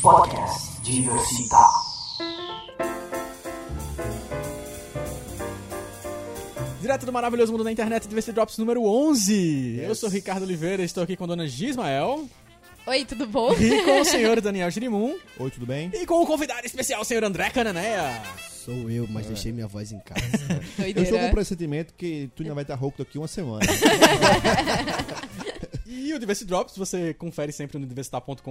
Podcast Diversita. Direto do maravilhoso mundo da internet, DVC Drops número 11. Eu sou Ricardo Oliveira, estou aqui com a dona Gismael Oi, tudo bom? e com o senhor Daniel Girimum Oi, tudo bem? e com o convidado especial, o senhor André Cananeia. Sou eu, mas deixei minha voz em casa. Eu estou com Doideira. é? um pressentimento que tu ainda vai estar rouco daqui uma semana. E o Diverse Drops você confere sempre no diversitar.com.br,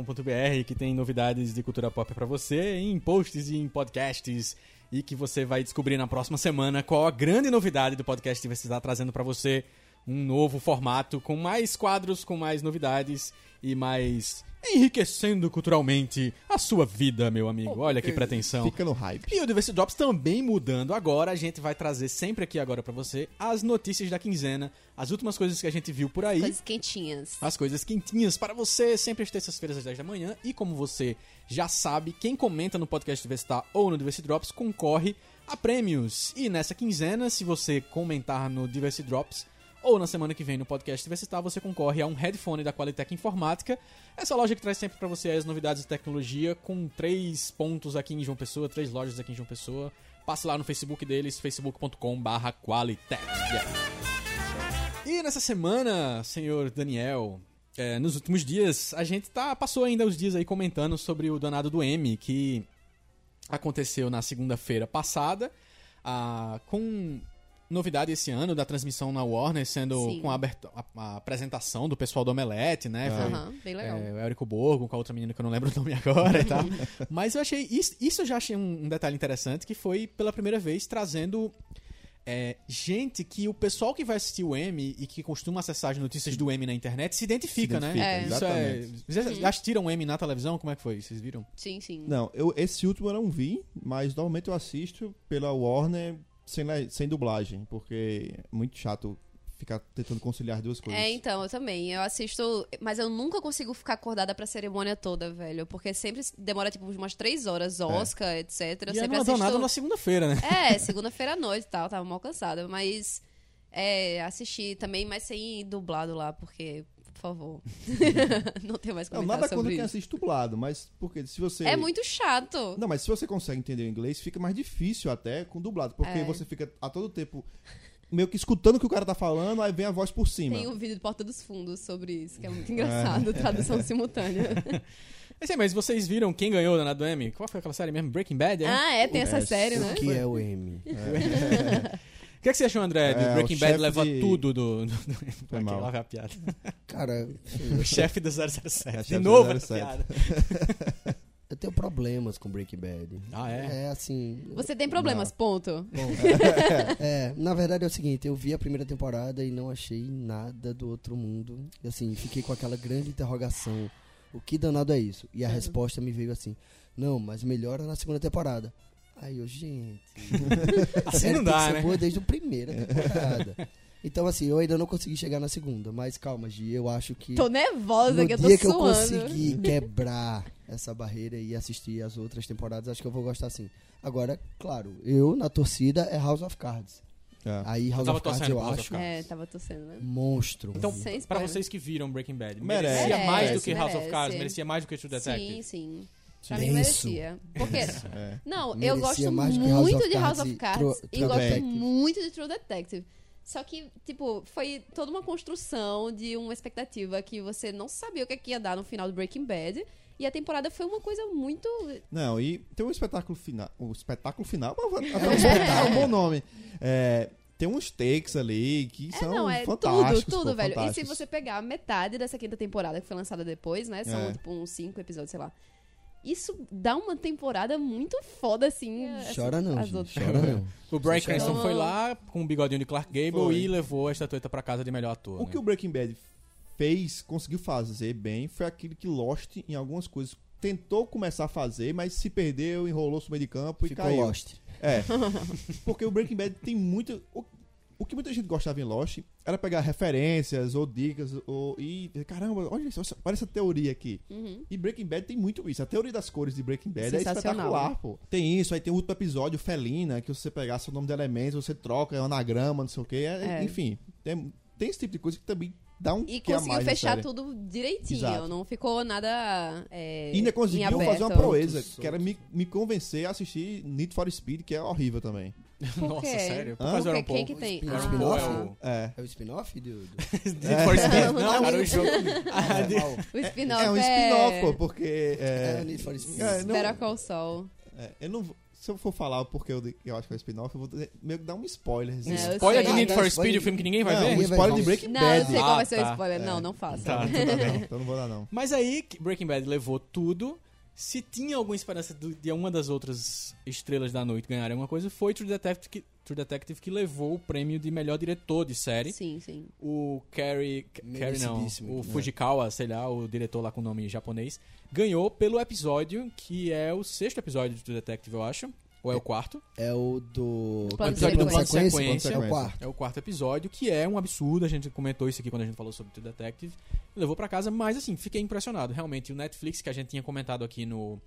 que tem novidades de cultura pop pra você, em posts e em podcasts, e que você vai descobrir na próxima semana qual a grande novidade do podcast Diversidade trazendo pra você um novo formato com mais quadros, com mais novidades e mais enriquecendo culturalmente a sua vida, meu amigo. Olha que pretensão. Fica no então, hype. E o Diverse Drops também mudando agora, a gente vai trazer sempre aqui agora pra você as notícias da quinzena, as últimas coisas que a gente viu por aí. Coisas quentinhas. As coisas quentinhas para você, sempre às terças-feiras às 10 da manhã. E como você já sabe, quem comenta no podcast Diversitar ou no Diversity Drops concorre a prêmios. E nessa quinzena, se você comentar no Diversity Drops ou na semana que vem no podcast Diversitar, você concorre a um headphone da Qualitec Informática. Essa loja que traz sempre para você as novidades de tecnologia, com três pontos aqui em João Pessoa, três lojas aqui em João Pessoa. Passe lá no Facebook deles, facebook.com/barra Qualitec. Yeah. E nessa semana, senhor Daniel, é, nos últimos dias, a gente tá, passou ainda os dias aí comentando sobre o danado do M, que aconteceu na segunda-feira passada, ah, com novidade esse ano da transmissão na Warner, sendo Sim. com a, aberto- a- a apresentação do pessoal do Omelete, né? Foi- Aham, bem legal. é, o Érico Borgo, com a outra menina que eu não lembro o nome agora e tal. Mas eu achei. Isso, isso eu já achei um, um detalhe interessante, que foi pela primeira vez trazendo. é, gente que o pessoal que vai assistir o M e que costuma acessar as notícias do M na internet se identifica, Se identifica, né? É. Isso é. exatamente. Vocês assistiram o M na televisão? Como é que foi? Vocês viram? Sim, sim. Não, eu, esse último eu não vi, mas normalmente eu assisto pela Warner sem, le- sem dublagem, porque é muito chato ficar tentando conciliar duas coisas. É, então, eu também. Eu assisto, mas eu nunca consigo ficar acordada pra cerimônia toda, velho. Porque sempre demora, tipo, umas três horas, Oscar, etc. Eu e é aí sempre não assisto. deu nada na segunda-feira, né? É, segunda-feira à noite e tal, tava mal cansada. Mas é, assisti também, mas sem dublado lá, porque, por favor. não tenho mais Não, comentário nada contra sobre quem isso. assiste dublado, mas porque se você. É muito chato. Não, mas se você consegue entender o inglês, fica mais difícil até com dublado, É. porque você fica a todo tempo meio que escutando o que o cara tá falando, aí vem a voz por cima. Tem um vídeo do Porta dos Fundos sobre isso, que é muito engraçado, tradução simultânea. Mas, assim, mas vocês viram quem ganhou o Danado do M? Qual foi aquela série mesmo? Breaking Bad? é? Ah, é, tem essa É, série, o né? que é o M? O que, é que você achou, André? de É, o Breaking Bad chefe leva de- tudo do. do, do... Foi mal. Lá vai a piada. Cara, O chefe do 007. É, de chefe do novo essa 007. piada. eu tenho problemas com Breaking Bad. Ah, é? É assim. Você tem problemas, ponto. É, na verdade é o seguinte, eu vi a primeira temporada e não achei nada do outro mundo. E, Assim, fiquei com aquela grande interrogação. O que danado é isso? Uhum. E a resposta me veio assim: Não, mas melhora na segunda temporada. Aí eu, gente. Assim série não É. tem que dá, ser né? boa desde a primeira temporada. Então, assim, eu ainda não consegui chegar na segunda, mas calma, Gi, eu acho que. Tô nervosa no que eu tô dia que eu suando. conseguir quebrar essa barreira e assistir as outras temporadas, acho que eu vou gostar sim. Agora, claro, eu na torcida é House of Cards. É. Aí House Ah. tava of Cards torcendo eu pro House of acho um Cards. É, tava torcendo, né? monstro. Então, mano. Sem pra spoiler. vocês que viram Breaking Bad, Merece. merecia mais do Merece, que House of merece. Cards, merecia mais do que True Detective. Sim, sim. Pra mim Denso. merecia. Porque. É. Não, eu Merecia gosto mais do que House muito of de House Cards of e Cards True- e True gosto Detective. muito de True Detective. Só que, tipo, foi toda uma construção de uma expectativa que você não sabia o que, é que ia dar no final do Breaking Bad. E a temporada foi uma coisa muito. Não, e tem um espetáculo final. O espetáculo final, mas até um espetáculo, é um bom nome. É, tem uns takes ali que É, são não, é fantásticos. tudo, tudo, pô, velho. E se fantásticos. você pegar metade dessa quinta temporada que foi lançada depois, né? São É. tipo uns cinco episódios, sei lá. Isso dá uma temporada muito foda, assim. Chora essa- não, as gente, outras. chora não. O Bryan Cranston Então- foi lá com o bigodinho de Clark Gable Foi. e levou a estatueta pra casa de melhor ator. né? O que o Breaking Bad fez, conseguiu fazer bem, foi aquilo que Lost, em algumas coisas, tentou começar a fazer, mas se perdeu, enrolou no meio de campo Ficou e caiu. Lost. É. Porque o Breaking Bad tem muito. O, o que muita gente gostava em Lost era pegar referências ou dicas ou, e. Caramba, olha, isso, olha essa teoria aqui. Uhum. E Breaking Bad tem muito isso. A teoria das cores de Breaking Bad é Sensacional. né? espetacular, pô. Tem isso, aí tem o último episódio, Felina, que você pegar seu nome de elementos, você troca, é um anagrama, não sei o quê. é- É. Enfim, tem, tem esse tipo de coisa que também dá um E quê a conseguiu mais na fechar série. tudo direitinho. Exato. Não ficou nada. É, E ainda em conseguiu aberto. fazer uma proeza, Outros, que era me, me convencer a assistir Need for Speed, que é horrível também. Por Nossa, quê? sério? Por Hã? um causa do Porque Aaron Paul. quem que tem? Aaron Aaron Ah. Paul é Nossa. o... É. É o spin-off, Dudu? Need for Speed? Não, Não, cara, não. o jogo... Ah, O spin-off É um spin-off, pô, porque. É, É, o Need for Speed. é, não- Better Call Saul. é, eu não vou- se eu for falar o porquê eu, de- eu acho que é um spin-off, eu vou dizer- meio que dar um spoiler. É, eu Spoiler sei. de Need Ah, for dá Speed, spoiler. o filme que ninguém vai Não, um ver? Ninguém vai spoiler ver. de Breaking Não, eu Bad. sei qual Ah, vai ser o tá. spoiler. Não, É. não faça. Tá. Então tá bem, então não vou dar, não. Mas aí, que Breaking Bad levou tudo. Se tinha alguma esperança do- de uma das outras estrelas da noite ganharem alguma coisa, foi True Detective que, True Detective que levou o prêmio de melhor diretor de série. Sim, sim. O Kerry, Kerry não, Merecidíssimo, o né? Fujikawa, sei lá, o diretor lá com nome japonês, ganhou pelo episódio que é o sexto episódio de True Detective, eu acho, ou é o quarto? É o do. Plano de Episódio do sequência. É o quarto. É o quarto episódio, que é um absurdo. A gente comentou isso aqui quando a gente falou sobre True Detective. Levou pra casa, mas assim, fiquei impressionado. Realmente, o Netflix, que a gente tinha comentado aqui no,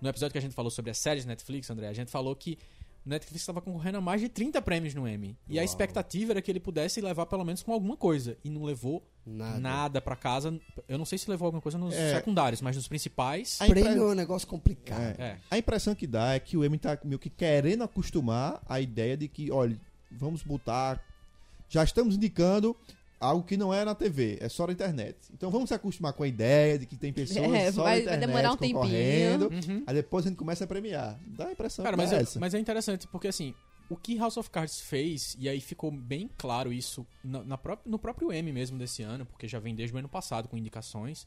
no episódio que a gente falou sobre as séries Netflix, André, a gente falou que o Netflix estava concorrendo a mais de 30 prêmios no Emmy. E a Uau. expectativa era que ele pudesse levar pelo menos com alguma coisa. E não levou Nada. nada, pra casa. Eu não sei se levou alguma coisa nos É. secundários, mas nos principais. A impre- Prêmio é um negócio complicado. É. É. A impressão que dá é que o Emmy tá meio que querendo acostumar a ideia de que, olha, vamos botar. Já estamos indicando algo que não é na TV, é só na internet. Então vamos se acostumar com a ideia de que tem pessoas É, só na vai- vai internet demorar um tempinho. concorrendo. Uhum. Aí depois a gente começa a premiar. Dá a impressão Cara, que mas dá é, Então tá essa. mas é interessante porque assim, o que House of Cards fez, e aí ficou bem claro isso na, na pró- no próprio M mesmo desse ano, porque já vem desde o ano passado com indicações,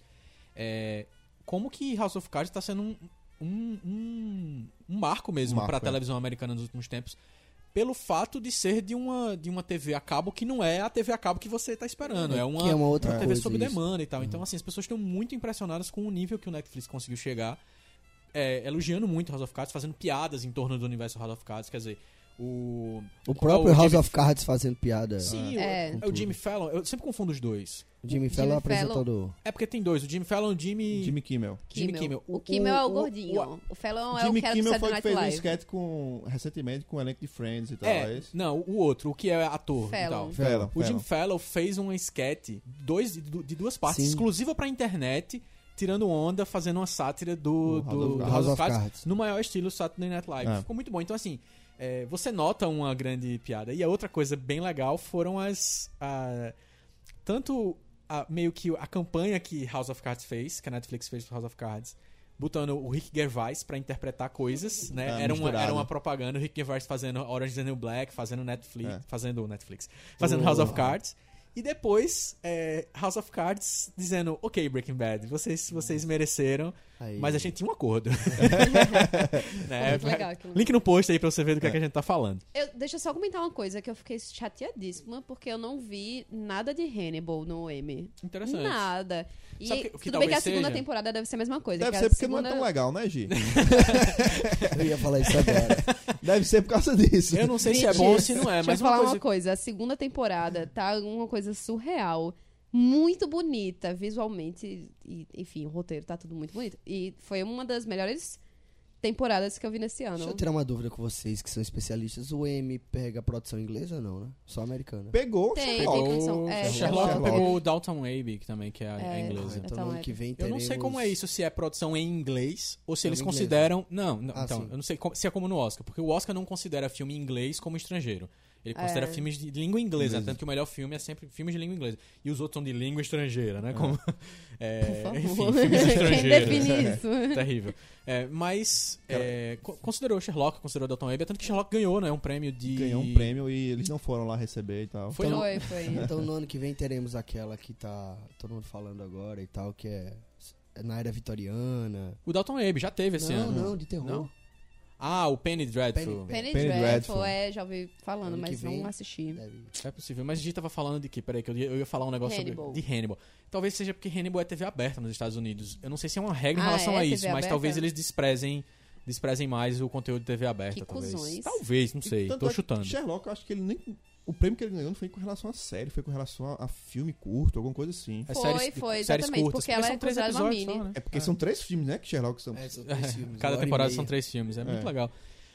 é, como que House of Cards tá sendo um, um, um- um marco mesmo Um marco, pra é. televisão americana nos últimos tempos. Pelo fato de ser de uma, de uma TV a cabo que não é a TV a cabo que você tá esperando. É uma, Que é uma outra uma TV coisa. Uhum. sob isso. demanda e tal. Então, assim, as pessoas estão muito impressionadas com o nível que o Netflix conseguiu chegar, é, elogiando muito House of Cards, fazendo piadas em torno do universo House of Cards. Quer dizer, o. O Ah, próprio o House Jimmy- of Cards fazendo piada. Sim, É. o, é o Jimmy Fallon. Eu sempre confundo os dois. O Jimmy Jimmy Fallon é o Fallon. apresentador. É porque tem dois, o Jimmy Fallon e o Jimmy. Jimmy Kimmel. Jimmy Kimmel. O Kimmel é o o- gordinho. O Fallon é o Jimmy cara do Kimmel foi Saturday que Night fez um Live. sketch com, recentemente com o elenco de Friends e tal. Ah, É, esse? não, o outro, o que é ator e Fallon. tal. Fallon, O Jim Fallon. Fallon fez um esquete dois, de, du- de duas partes, Sim. exclusiva pra internet, tirando onda, fazendo uma sátira do, Do House do, of do Cards. House House of of Cards, Cards. no maior estilo Saturday Night Live. É. Ficou muito bom. Então, assim, é, você nota uma grande piada. E a outra coisa bem legal foram as... a- tanto a- meio que a campanha que House of Cards fez, que a Netflix fez pro House of Cards, botando o Rick Gervais pra interpretar coisas, né? Ah, era, uma, misturado. era uma propaganda, o Rick Gervais fazendo Orange is the New Black, fazendo Netflix, É. fazendo Netflix, fazendo House of Cards. E depois, é, House of Cards dizendo, ok, Breaking Bad, vocês, vocês mereceram, Aí. mas a gente tinha um acordo. Né? muito legal aquilo. Link no post aí pra você ver do que, é que a gente tá falando. Eu- deixa eu só comentar uma coisa que eu fiquei chateadíssima porque eu não vi nada de Hannibal no M. Interessante. Nada. E Sabe que- o que tudo bem que a talvez segunda seja? temporada deve ser a mesma coisa. Deve que ser a porque segunda... não é tão legal, né, Gi? Eu ia falar isso agora. Deve ser por causa disso. Eu não sei se é bom ou se não é, Deixa eu mas uma falar coisa... uma coisa. A segunda temporada tá uma coisa surreal. Muito bonita, visualmente. E, enfim, o roteiro tá tudo muito bonito. E foi uma das melhores temporadas que eu vi nesse Deixa eu ano. tirar uma dúvida com vocês que são especialistas. O M pega produção inglesa ou não, né? Só americana. Pegou, Tem, Sherlock. tem condição. É, Sherlock, Sherlock. pegou o Downton Abbey, que também, que é, a- É, a Ah, inglesa. então, Então no ano é. que vem Eu não sei teremos- como é isso, se é produção em inglês ou se Não, eles em inglês, consideram. Não, não, Ah, então, sim. eu não sei como- se é como no Oscar, porque o Oscar não considera filme em inglês como estrangeiro. Ele considera É. filmes de língua inglesa, tanto que o melhor filme é sempre filmes de língua inglesa. E os outros são de língua estrangeira, né? Como, é, enfim, filmes Quem estrangeiros. define isso? Terrível. É, mas é, co- considerou Sherlock, considerou Dalton Abbey, tanto que Sherlock ganhou, né? Um prêmio de. Ganhou um prêmio e eles não foram lá receber e tal. Foi, não? Foi, foi. Então no ano que vem teremos aquela que tá todo mundo falando agora e tal, que é é na era vitoriana. O Dalton Abbey já teve esse não, ano. não, de terror. Não? Ah, o Penny Penny- Dreadful. Penny Penny Dreadful, Dreadful. é, já ouvi falando, Ano mas que vem. não assisti. Deve- É possível, mas a gente tava falando de que, peraí, que eu ia, eu ia falar um negócio sobre- Hannibal. de Hannibal. Talvez seja porque Hannibal é TV aberta nos Estados Unidos. Eu não sei se é uma regra em Ah, relação é a TV isso, mas aberta? talvez eles desprezem, desprezem mais o conteúdo de TV aberta, Que talvez. cuzões. Talvez, não E sei, tanto tô é que chutando. Sherlock, eu acho que ele nem. O prêmio que ele ganhou não foi com relação a série, foi com relação a, a filme curto, alguma coisa assim. É Foi, foi, séries exatamente, curtas, porque ela são é três considerada uma episódios mini. só, né? É porque são três filmes, né? Que Sherlock são. É, são três filmes, Cada uma hora e temporada meia. são três filmes, é, muito É. legal.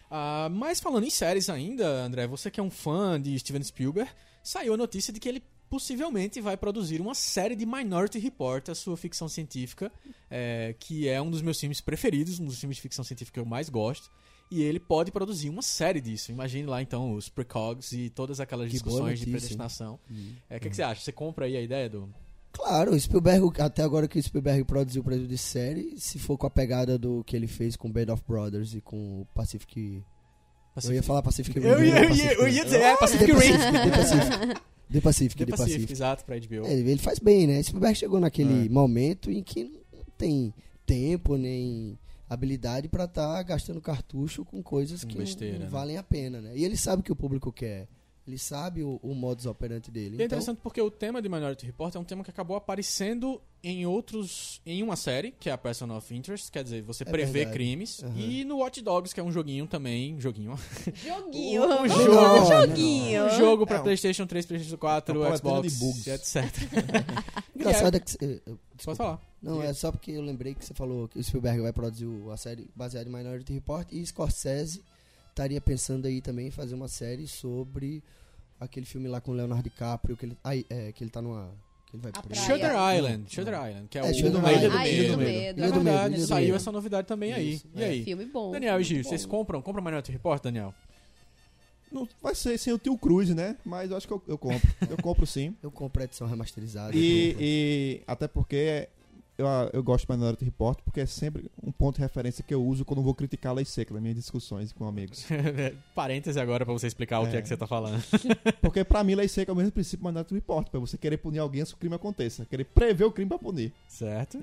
Ah, mas falando em séries ainda, André, você que é um fã de Steven Spielberg, saiu a notícia de que ele possivelmente vai produzir uma série de Minority Report, a sua ficção científica, é, que é um dos meus filmes preferidos, um dos filmes de ficção científica que eu mais gosto. E ele pode produzir uma série disso. Imagine lá então os precogs e todas aquelas Que boa discussões de notícia, hein? predestinação. É, O que, que você acha? Você compra aí a ideia do. Hum. Claro, o Spielberg, até agora que o Spielberg produziu produto de série, se for com a pegada do que ele fez com Band of Brothers e com o Pacific. Eu ia falar Pacific Rim. Eu ia, eu não, ia- eu Pacific ia Rim. dizer, é, Pacific Rim. The Pacific. The Pacific, The The Pacific, Pacific. exato, pra HBO. É, ele faz bem, né? Spielberg chegou naquele É. momento em que não tem tempo nem habilidade pra estar gastando cartucho com coisas Com que besteira, não né? valem a pena, né? E ele sabe o que o público quer. Ele sabe o, o modus operandi dele. E é Então, interessante porque o tema de Minority Report é um tema que acabou aparecendo em outros. em uma série, que é a Person of Interest, quer dizer, você É prevê verdade. crimes. E no Watch Dogs, que é um joguinho também. Joguinho. Joguinho. Um Vamos jogo. jogar Não, não. joguinho. Um jogo pra É um- PlayStation 3, PlayStation É 4, Então, tá uma coletânea de Xbox, bugs. etc. engraçado é que. eh, eh, Pode desculpa. falar. Não, é só porque eu lembrei que você falou que o Spielberg vai produzir o- a série baseada em Minority Report e Scorsese estaria pensando aí também em fazer uma série sobre aquele filme lá com o Leonardo DiCaprio, que ele, ai, é, que ele tá numa. Que ele vai A preso. Praia. Shutter Island, Não. Shutter Island, que é, É, o Shutter a Ilha do Island. Medo. Ilha do Medo. É Ilha do Medo, verdade, Ilha do saiu Medo. essa novidade também aí. Isso, E é. aí? Filme bom. Daniel e muito Gil, bom. vocês compram? Compram Minority Report, Daniel? Não vai ser sem o tio Cruz, né? Mas eu acho que eu, eu compro. Eu compro sim. Eu compro a edição remasterizada. E, eu compro. e até porque eu, ah, eu gosto de Minority Report porque é sempre um ponto de referência que eu uso quando eu vou criticar a lei seca nas minhas discussões com amigos. Parêntese agora pra você explicar o que é É. que você tá falando. Porque pra mim lei seca é o mesmo princípio do Minority Report, pra você querer punir alguém se o crime aconteça, querer prever o crime pra punir. Certo?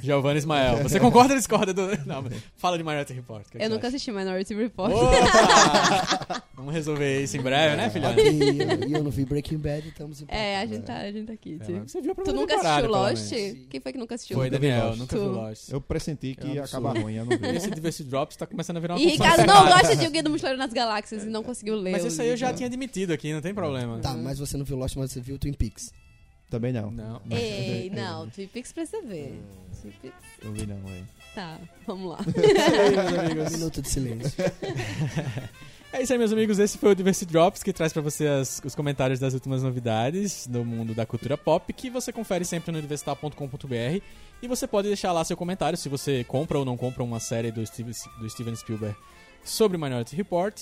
Giovanni Ismael, você concorda ou discorda? Do... Não, mas fala de Minority Report. o que é que Eu você nunca acha? assisti Minority Report. Opa! Vamos resolver isso em breve, né, filhão? Ok, e eu, e eu não vi Breaking Bad, estamos em É, a gente tá, a gente tá aqui. tio. É, Você viu pra Tu você nunca caralho, assistiu pelo Lost? menos. menos. Quem foi que nunca assistiu? Foi, Nunca vi Daniel, Lost. nunca viu Tu. Lost. Eu pressenti que É um ia acabar ruim, eu não vi. Esse Diversity Drops tá começando a virar uma E confusão Ricardo não é separada. gosta de O Guia do Mochileiro nas Galáxias e não conseguiu ler. Mas o isso aí eu já livro. tinha admitido aqui, não tem problema. Tá, mas você não viu Lost, mas você viu Twin Peaks. Também não. Não. Ei, não, Twin Peaks pra você ver. Twin Peaks- Não vi não, velho. Tá, vamos lá. Um minuto de silêncio. É isso aí, meus amigos. Esse foi o Diversity Drops que traz pra você as- os comentários das últimas novidades do mundo da cultura pop, que você confere sempre no universitar.com.br. E você pode deixar lá seu comentário se você compra ou não compra uma série do, Steve- do Steven Spielberg sobre Minority Report.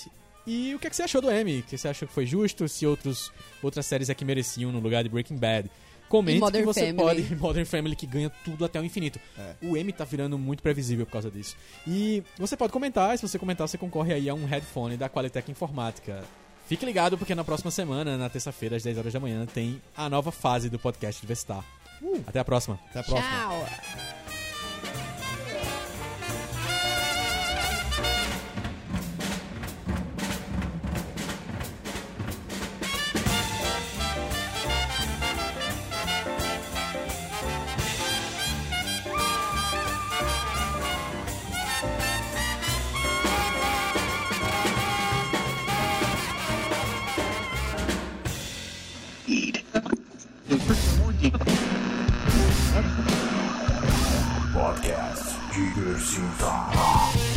E o que, é que você achou do M? O que você achou que foi justo? Se outros, outras séries aqui mereciam no lugar de Breaking Bad? E Comente que Modern você Family. pode. Modern Family que ganha tudo até o infinito. É. O M tá virando muito previsível por causa disso. E você pode comentar, se você comentar, você concorre aí a um headphone da Qualitec Informática. Fique ligado, porque na próxima semana, na terça-feira, às 10 horas da manhã, tem a nova fase do podcast Divestar. Até a próxima. Até a próxima. Tchau. Podcast Diversitar.